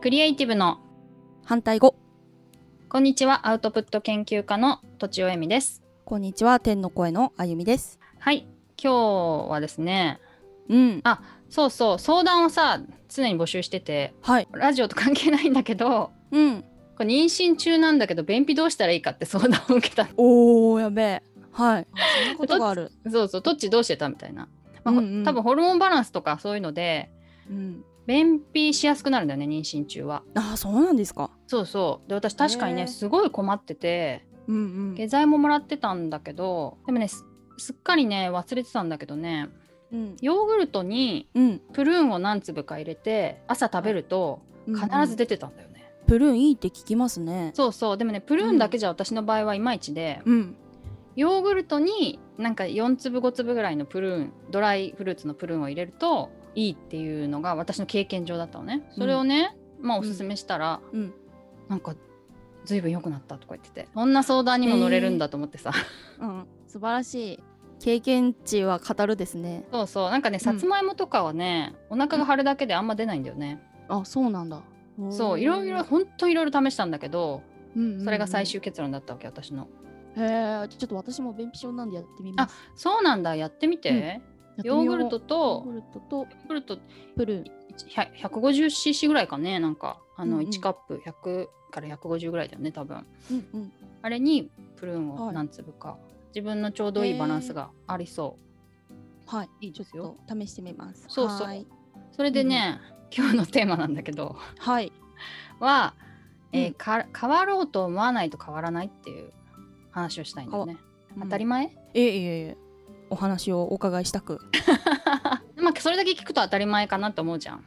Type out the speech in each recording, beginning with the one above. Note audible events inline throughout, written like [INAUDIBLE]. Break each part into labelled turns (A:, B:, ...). A: クリエイティブの
B: 反対語
A: こんにちはアウトプット研究家のとちおえみです
B: こんにちは天の声のあゆみです
A: はい今日はですね
B: うん
A: そうそう相談をさ常に募集してて
B: はい
A: ラジオと関係ないんだけど
B: うん
A: これ妊娠中なんだけど便秘どうしたらいいかって [LAUGHS] 相談を受けた
B: おーやべえはいそんなことがある
A: そうそうどっちどうしてたみたいな、まあ
B: うんうん
A: 多分ホルモンバランスとかそういうので
B: うん
A: 便秘しやすくなるんだよね妊娠中は
B: あーそうなんですか
A: そうそうで私確かに
B: へ
A: ね
B: え
A: すごい困ってて
B: うんう
A: 下
B: ん
A: 剤ももらってたんだけどでもねすすっかりね忘れてたんだけどね
B: うん
A: ヨーグルトに
B: うん
A: プルーンを何粒か入れて朝食べると
B: うん
A: 必ず出てたんだよね、
B: プルーンいいって聞きますね
A: そうそうでもねプルーンだけじゃ私の場合はいまいちで、
B: うん
A: ヨーグルトになんか4粒5粒ぐらいのプルーンドライフルーツのプルーンを入れるといいっていうのが私の経験上だったのねそれをね、まあおすすめしたら、
B: うん
A: なんか随分良くなったとか言っててそんな相談にも乗れるんだと思ってさ、
B: うん素晴らしい経験値は語るですね
A: そうそうなんかねさつまいもとかはね、お腹が張るだけであんま出ないんだよね、
B: あそうなんだ
A: そういろいろ本当いろいろ試したんだけどそ
B: そ
A: れが最終結論だったわけ私の
B: へえちょっと私も便秘症なんでやってみます
A: そうなんだやってみて、
B: やってみよ
A: ヨ
B: う
A: ーグルト
B: ヨ
A: と
B: ーグルトと
A: ヨーグルト
B: プルーン
A: 150cc ぐらいかねなんかあ
B: う
A: の
B: んうん
A: 1カップ100から150ぐらいだよね多分
B: うんうん
A: あれにプルーンを
B: はい
A: 何粒か、自分のちょうどいいバランスがありそう
B: はい
A: いいですよ
B: ちょっと試してみます
A: そうそう
B: はい
A: それでね、今日のテーマなんだけど
B: はい
A: は、えー
B: うん
A: か変わろうと思わないと変わらないっていう話をしたいんだよね当たり
B: 前
A: 前、 [LAUGHS]
B: ええいえいえお話をお伺いしたく
A: まあそれだけ聞くと当たり前かなと思うじゃん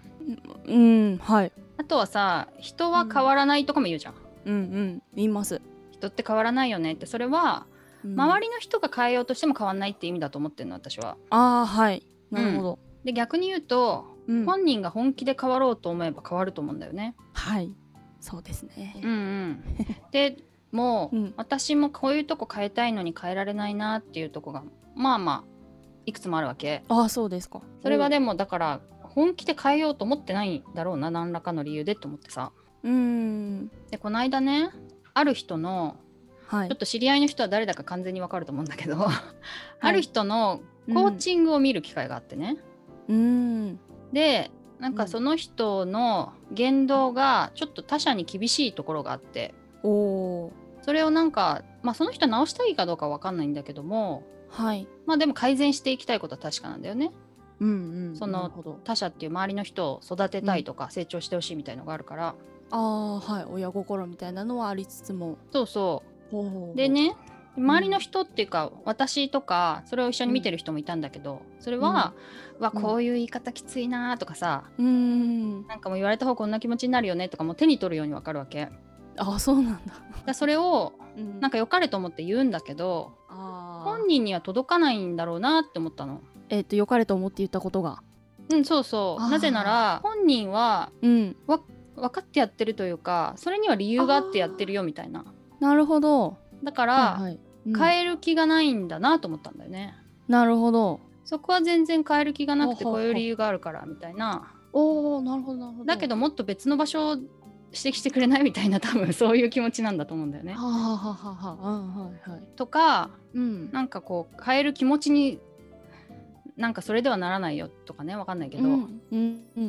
B: うんはい
A: あとはさ人は変わらないとかも言うじゃん、
B: うんうん言います、
A: 人って変わらないよねってそれは周
B: り
A: りの人が変えようとしても変わらないって意味だと思ってるの私は
B: ああはいなるほど、
A: で逆に言うと、
B: うん
A: 本人が本気で変わろうと思えば変わると思うんだよね。
B: はいそうですね
A: うんう
B: [LAUGHS]
A: ん、でもう、
B: うん
A: 私もこういうとこ変えたいのに変えられないなっていうとこがまあまあいくつもあるわけ。
B: ああそうですか
A: それは
B: ね
A: でもだから本気で変えようと思ってないんだろうな何らかの理由でと思ってさ。
B: うん
A: でこの間ねある人の
B: はい
A: ちょっと知り合いの人は誰だか完全にわかると思うんだけ
B: [LAUGHS]
A: ど、ある人のコー
B: ン
A: チングを見る機会があってね。
B: うん
A: でなんかその人の言動がちょっと他者に厳しいところがあって
B: おおー
A: それをなんか、まあ、その人は直したいかどうかわかんないんだけども
B: はい
A: まあでも改善していきたいことは確かなんだよね
B: うんうん
A: その
B: なるほど
A: 他者っていう周りの人を育てたいとか成長してほしいみたいのがあるから、
B: ああはい親心みたいなのはありつつも
A: そうそ
B: ほうほうほう
A: うでね周りの人っていうか私とかそれを一緒に見てる人もいたんだけどそれは、うわ
B: うん
A: こういう言い方きついなとかさ
B: うん
A: なんかもう言われた方こんな気持ちになるよねとかもう手に取るようにわかるわけだか
B: ああそうなんだ
A: らそれを
B: うん
A: なんか良かれと思って言うんだけど
B: あ
A: 本人には届かないんだろうなって思ったの。
B: えっ、と良かれと思って言ったことが
A: うん、そうそ
B: あ
A: う。
B: ー
A: なぜなら本人は
B: うん
A: わ分かってやってるというか、それには理由があってやってるよみたいな。
B: なるほど
A: だから、
B: いうん
A: 変える気がないんだなと思ったんだよね。
B: なるほど
A: そこは全然変える気がなくて
B: ほう
A: こ
B: ほう
A: う
B: ほう
A: いう理由があるからみたいな。
B: おおなるほどなるほど
A: だけどもっと別の場所を指摘してくれないみたいな多分そういう気持ちなんだと思うんだよね
B: は。あ、はあはあはあ、うんはいはい
A: とか
B: うん
A: なんかこう変える気持ちになんかそれではならないよとかね分かんないけど、
B: うんうんうんうん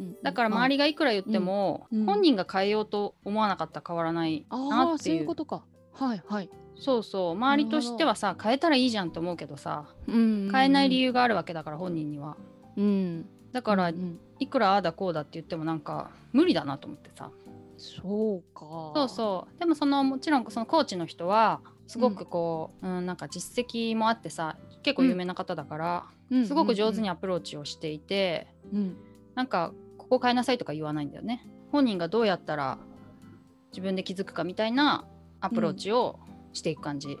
B: うん
A: だから周
B: り
A: りがいくら言っても、
B: うんうん
A: 本人が変えようと思わなかったら変わらない
B: あ
A: な
B: あ
A: って
B: そう
A: い
B: いううことかはいはい
A: そうそう周りとしてはさ変えたらいいじゃんと思うけどさ
B: うん
A: 変えない理
B: 由
A: 由があるわけだから本人には
B: うん
A: だから、
B: うんうん
A: いくらああだこうだって言ってもなんか無理だなと思ってさ
B: そうか
A: そうそうでもそのもちろんそのコーチの人はすごくこう、うんなんか実績もあってさ結構有名な方だから、
B: うん、うん
A: すごく上手にアプローチをしていて、
B: うん
A: なんかここ変えなさいとか言わないんだよね本人がどうやったら自分で気づくかみたいなアプローチをしていく感じ、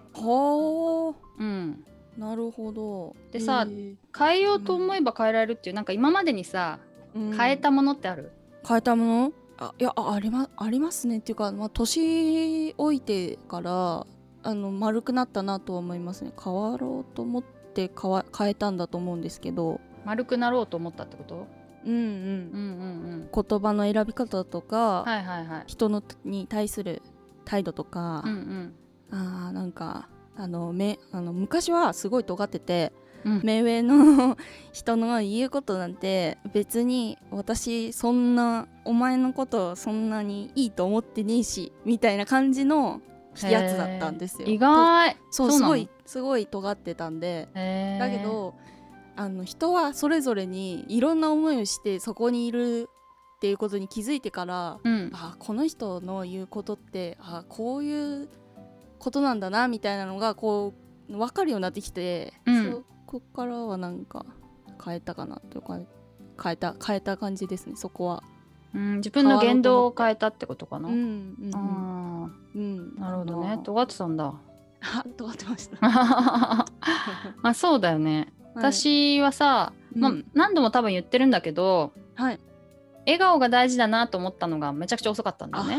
B: は
A: うん
B: あなるほど
A: でさ
B: へー
A: 変えようと思えば変えられるっていうなんか今までにさ
B: うん
A: 変えたものってある、
B: 変えたものあいやああり,、まありますねっていうか、まあ、年老いてからあの丸くなったなとは思いますね変わろうと思って変わ変えたんだと思うんですけど
A: 丸くなろうと思ったってこと
B: うんう
A: うん
B: ん、
A: うんうん
B: 言葉の選び方と
A: は
B: か、
A: いはいはい
B: 人のに対する態度とか、
A: うんうん
B: あーなんかあのめあの昔はすごい尖ってて、
A: [LAUGHS] うん
B: 目上の人の言うことなんて別に私そんなお前のことそんなにいいと思ってねえしみたいな感じのやつだったんですよ。
A: 意外
B: そ
A: そ
B: う
A: う
B: す
A: なの
B: ごいすごい尖ってたんでだ
A: だ
B: けどあの人はそれぞれにいろんな思いをしてそこにいるっていうことに気づいてから
A: うん
B: あこの人の言うことってあこういうことなんだなみたいなのがこう分かるようになってきて、
A: うん
B: そこからはなんか変えたかなというか変えた変えた感じですねそこは。
A: うん自分の言動を変えたってことか
B: う
A: なん
B: うんうん
A: あ
B: うん
A: ーなるほど
B: あ
A: ね
B: の
A: 尖ってたんだ
B: [LAUGHS]
A: [LAUGHS]
B: あとってま [LAUGHS] した。
A: まあそうだよね私はさ、
B: うん
A: まあ、何度も多分言ってるんだけど
B: はい、はい
A: 笑顔が大事だなと思ったのがめちゃくちゃ遅かったんだよね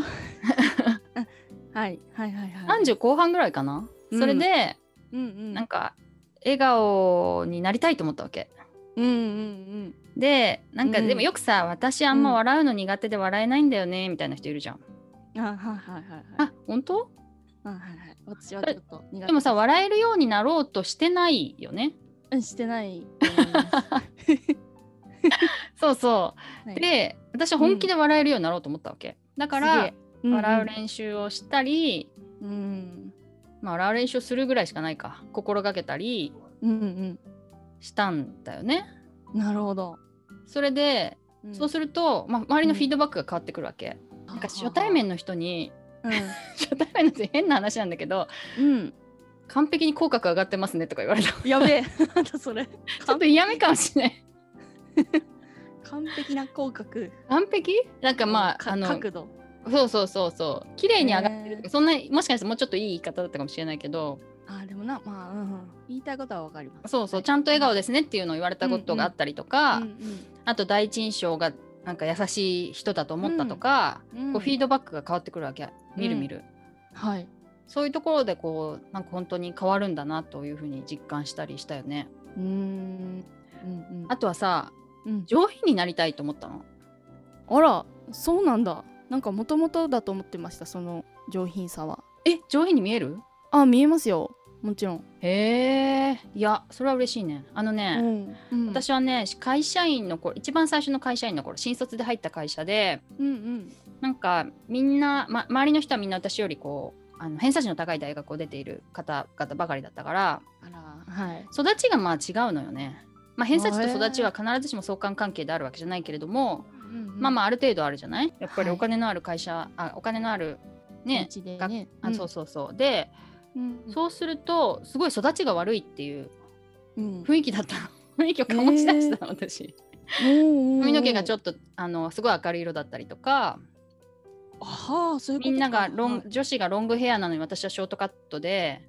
B: はいはいはいはい。
A: 30後半ぐらいかな、
B: うん
A: それで
B: うんうん
A: なんか笑顔になりたいと思ったわけ
B: うんうん
A: でなんか
B: うん
A: でもよくさ、私あんま笑うの苦手で笑えないんだよねみたいな人いるじゃん、
B: うん。あはいはいはいはい。
A: あ本当
B: あはいはい。私はちょっと苦手
A: でもさ笑えるようになろうとしてないよね
B: うんしてないと思い
A: [LAUGHS]
B: ます。
A: そうそう、
B: はい
A: で私は本気で笑えるようになろうと思ったわけだか
B: すげ
A: ら
B: え
A: 笑う練習をしたり、
B: うん
A: まあ、笑う練習をするぐらいしかないか心がけたり
B: うんうん
A: したんだよね
B: うん。なるほど。
A: それで、そうすると、まあ、周りのフィードバックが変わってくるわけ、
B: る
A: なんか初対。面の人に [LAUGHS]
B: うん
A: 初対面の人に変な話なんだけど
B: うん。
A: 完璧に口角上がってますねとか言われたち
B: やべ
A: [LAUGHS]
B: え。なんだそれ。
A: ょっと嫌味かもしれない
B: 完璧な口角。
A: 完璧なんかまあ
B: か
A: あの
B: 角度。
A: そうそうそうそう綺麗に上がってると
B: へ
A: かそんなもしかしたらもうちょっといい言い方だったかもしれないけど
B: あーでもなまあうんうん言いたいことはわかります。
A: そうそうちゃんと笑顔ですねっていうのを言われたことがあったりとか、
B: うん
A: あと第一印象がなんか優しい人だと思ったとか、
B: うん。
A: こうフィー
B: ド。
A: ドバックが変わってくるわけ見る見る、
B: はい。
A: そういうところでこうなんか本当に変わるんだなというふうに実感したりしたよね
B: うーん。うんうん。
A: あとはさ
B: うん。
A: 上品になりたいと思ったの
B: あらそうなんだ。なんかもともとだと思ってましたその上品さは。
A: え上品に見える
B: あ見えますよもちろん。
A: へえいやそれは嬉しいねあのね、
B: ん。うん
A: 私はね会社員の頃一番最初の会社員の頃新卒で入った会社で
B: うんうん。
A: なんかみんな、ま、周りの人はみんな私よりこうあの偏差値の高い大学を出ている方々ばかりだったから
B: あらはい。
A: 育ちがまあ違うのよね。まあ、偏差値と
B: へえ
A: 育ちは必ずしも相関関係であるわけじゃないけれども、ま
B: ま
A: あまあある程度あるじゃないやっぱり
B: はい
A: お金のある会社、あお金のあるね
B: で
A: 学
B: ね。
A: あそうそうそうで、
B: うん。うん
A: そうするとすごい育ちが悪いっていう
B: うん。
A: 雰囲気だったの [LAUGHS] 雰囲気を醸し出したの、私
B: 髪
A: 髪の毛がちょ
B: っ
A: っとあのすごい明るい色だったりとか
B: とはあそういうこと
A: みんながロン、
B: はい
A: 女子がロングヘアなのに私はショートカットで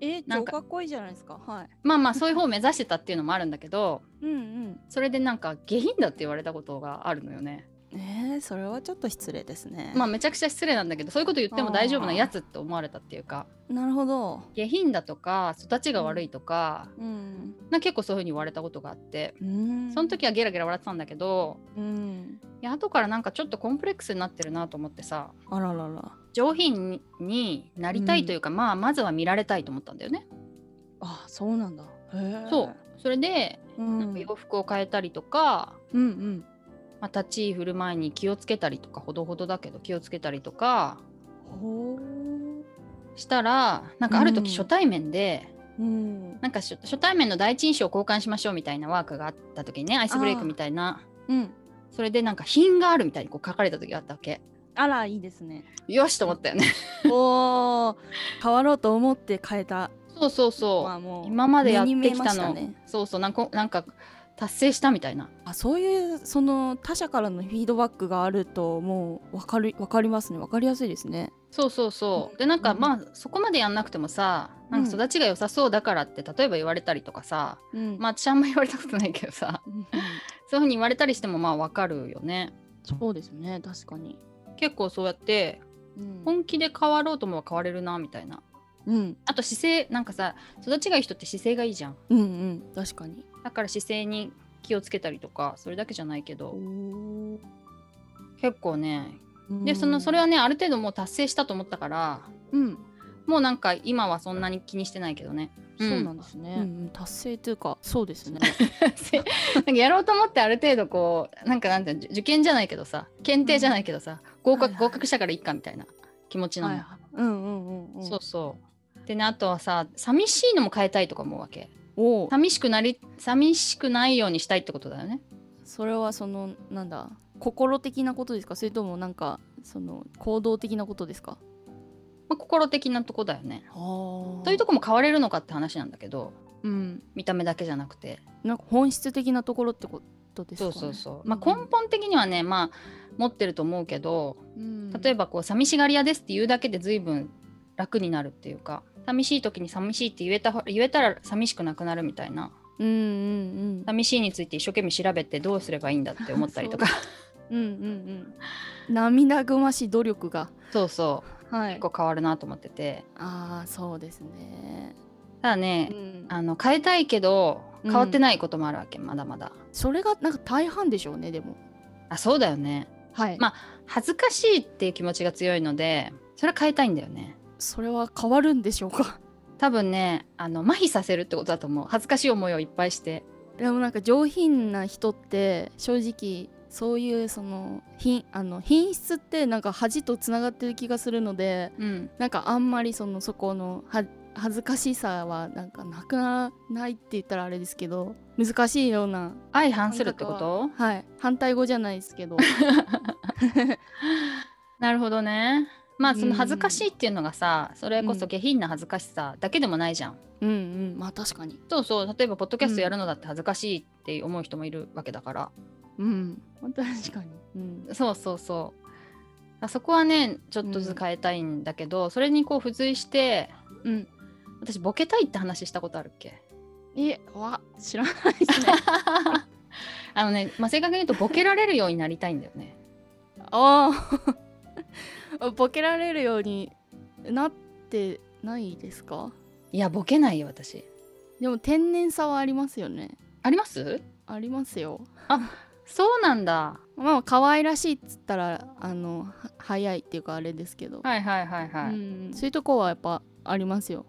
B: え
A: な
B: なんん
A: か
B: かかっこいいじゃないですかはい
A: まあまあそういう方を目指してたっていうのもあるんだけど
B: うん
A: それでなんか下品だって言われたことがあるのよね。
B: うんえー、それはちょっと失礼ですね
A: まあめちゃくちゃ失礼なんだけどそういうこと言っても大丈夫なやつって思われたっていうか
B: なるほど
A: 下品だとか育ちが悪いとか、
B: うん
A: なんか結構そういうふうに言われたことがあって
B: うん
A: その時はゲラゲラ笑ってたんだけど
B: うん
A: いや後からなんかちょっとコンプレックスになってるなと思ってさ
B: あららら
A: 上品になりたいというか、まあまずは見られたいと思ったんだよね。
B: あそうなんだへえ
A: そうそれで
B: うん
A: なんか洋服を変えたりとか、
B: うんうん
A: まあ、立ち居振る舞いに気をつけたりとかほどほどだけど気をつけたりとか
B: ほう
A: したらなんかある時
B: うん
A: 初対面で、
B: うん
A: なんか初初対面の第一印象を交換しましょうみたいなワークがあった時にねアイスブレイクみたいな
B: うん
A: それでなんか品があるみたいにこう書かれた時があったわけ
B: あらいいです
A: [LAUGHS]
B: ね
A: よしと思ったよね
B: おー変わろうと思って変えた
A: そうそうそう、
B: まあもう
A: 今までやって
B: 目
A: き
B: に見えま
A: た
B: し
A: の
B: ね
A: そうそうなんかなんか達成したみたいな
B: あそういうその他者からのフィードバックがあるともう分かる分かりますね分かりやすいですね。
A: そうそうそう、
B: うん
A: でなんか
B: うん
A: まあそこまでやんなくてもさなんか育ちが良さそうだからって例えば言われたりとかさ、
B: うん
A: まあ私あんま言われたことないけどさ
B: うん
A: そういうふうに言われたりしてもまあわかるよね
B: [LAUGHS] そうですね確かに。
A: 結構そうやって
B: うん
A: 本気で変わろうと思えば変われるなみたいな
B: うん
A: あと姿勢なんかさ育ちがいい人って姿勢がいいじゃん
B: うんうん確かに。
A: だから姿勢に気をつけたりとかそれだけじゃないけど結構ねでそのそれはねある程度もう達成したと思ったから
B: うん
A: もうなんか今はそんなに気にしてないけどね。 [LAUGHS]
B: そう
A: うん
B: なんですね、
A: うん
B: うん達成というかそうですね
A: せなんかやろうと思ってある程度こうなんかなんていうの受受験じゃないけどさ検定じゃないけどさ、合
B: はい
A: 格
B: はい
A: 合格したからいっかみたいな気持ちなの、
B: はいはいうんうんうんうん
A: そうそうでねあとはさ寂しいのも変えたいとか思うわけ
B: おう
A: 寂しくなり寂しくないようにしたいってことだよね
B: それはそのなんだ心的なことですかそれともなんかその行動的なことですか
A: まあ、心的なとこだよね。
B: と
A: というとこも変われるのかって話なんだけど
B: うん
A: 見た目だけじゃなくて
B: なんか本質的なところってことですか、
A: そう
B: ね、
A: そうそう、まあ、
B: うん
A: 根本的にはね、まあ、持ってると思うけど
B: うん
A: 例えばこう寂しがり屋ですって言うだけで随分楽になるっていうか寂しい時に寂しいって言えた言えたら寂しくなくなるみたいな
B: うんうん
A: 寂しいについて一生懸命調べてどうすればいいんだって思ったりとか
B: うんうんうんうん涙ぐましい努力が
A: [LAUGHS] そうそう
B: は
A: 結構変わるなと思ってて
B: ああそうですね、
A: ただ
B: う
A: ね
B: ん、
A: あの変えたいけど変わってないこともあるわけ、まだまだ
B: それがなんか大半でしょうねでも
A: あそうだよね
B: はい
A: まあ恥ずかしいっていう気持ちが強いのでそれは変えたいんだよね
B: それは変わるんでしょうか [LAUGHS]
A: 多分ねあの麻痺させるってことだと思う恥ずかしい思いをいっぱいして
B: でもなんか上品な人って正直そういうその品あの品質ってなんか恥とつながってる気がするので
A: うん
B: なんかあんまりそのそこのは恥ずかしさはなんかなくならないって言ったらあれですけど難しいような
A: 相反するってこと
B: はい反対語じゃないです [LAUGHS] けど
A: なるほどねまあその
B: うん
A: 恥ずかしいっていうのがさそれこそ下品な恥ずかしさだけでもないじゃん、
B: うんうんまあ確かに
A: そうそう例えばポッドキャストやるのだって恥ずかしいって思う人もいるわけだから、
B: うん確かにうん
A: そうそうそうあそこはねちょっとずつ変えたいんだけど、それにこう付随して
B: うん
A: 私ボケたいって話したことあるっけ [LAUGHS]
B: えわ知らないですね
A: あのね、まあ、正確に言うとボケられるようになりたいんだよね。
B: ああ [LAUGHS] ボケられるようになってないですか
A: いやボケないよ私。
B: でも天然さはありますよね
A: あります
B: ありますよ
A: そうなんだ。
B: まあ可愛らしいっつったらあのは早いっていうかあれですけど、
A: はいはいはいは
B: う
A: い。
B: んそういうとこはやっぱありますよ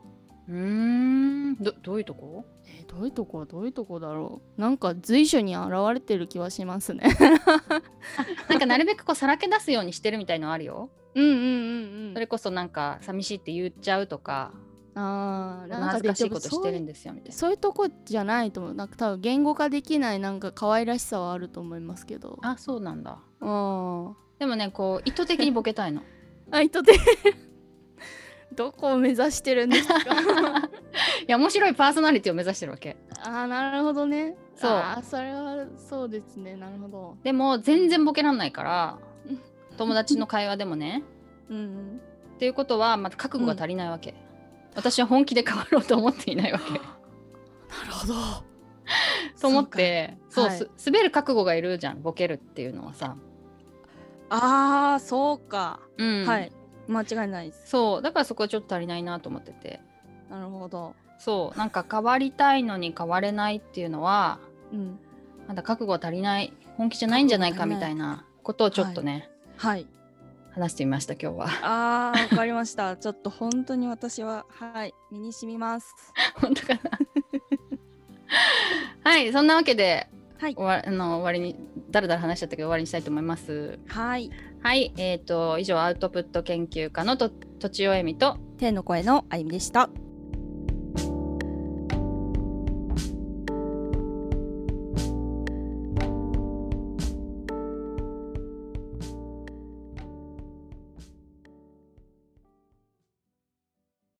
A: うーんどどういうとこ
B: [LAUGHS] えーどういうとこはどういうとこだろうなんか随所に現れてる気はしますね
A: なんかなるべくこうさらけ出すようにしてるみたいのあるよ。
B: うんうんうん
A: それこそなんか寂しいって言っちゃうとか
B: あーなん
A: 恥ず
B: で
A: かしいことして
B: でもそう
A: る
B: いうん
A: ですよみたいな。
B: そういうとこじゃないと思うなんか多分言語化できないなんか可愛らしさはあると思いますけどあ
A: あそうなん
B: [LAUGHS]
A: だ。
B: あ
A: でもねこう意図的にボケたいの。
B: あ意図的 [LAUGHS] どこを目指してるんですか [LAUGHS]
A: いや面白いパーソナリティを目指してるわけ。
B: あーなるほどね
A: そう
B: あーそれはそうですねなるほど
A: でも全然ボケらんないから友達の会話でもね
B: うんうん
A: っていうことはまた覚悟が足りないわけ、私は本気で変わろうと思っていないわけ
B: なるほど [LAUGHS]
A: [LAUGHS] と思ってそう
B: はい
A: す滑る覚悟がいるじゃんボケるっていうのはさ、
B: ああそうか、
A: うん
B: はい間違いないです
A: そうだからそこはちょっと足りないなと思ってて
B: なるほど
A: そうなんか変わりたいのに変われないっていうのは
B: うん
A: まだ覚悟が足りない本気じゃないんじゃないかみたいなことをちょっとね、
B: はい
A: 話してみました今日は
B: あーわかりました [LAUGHS] ちょっと本当に私ははい身に染みます
A: 本当かな [LAUGHS] はいそんなわけで
B: はい
A: 終わあの終わりにだらだら話しちゃったけど終わりにしたいと思います。
B: はい
A: はい、えー、と以上アウトプット研究家のととちおえみと
B: 天の声のあゆみでした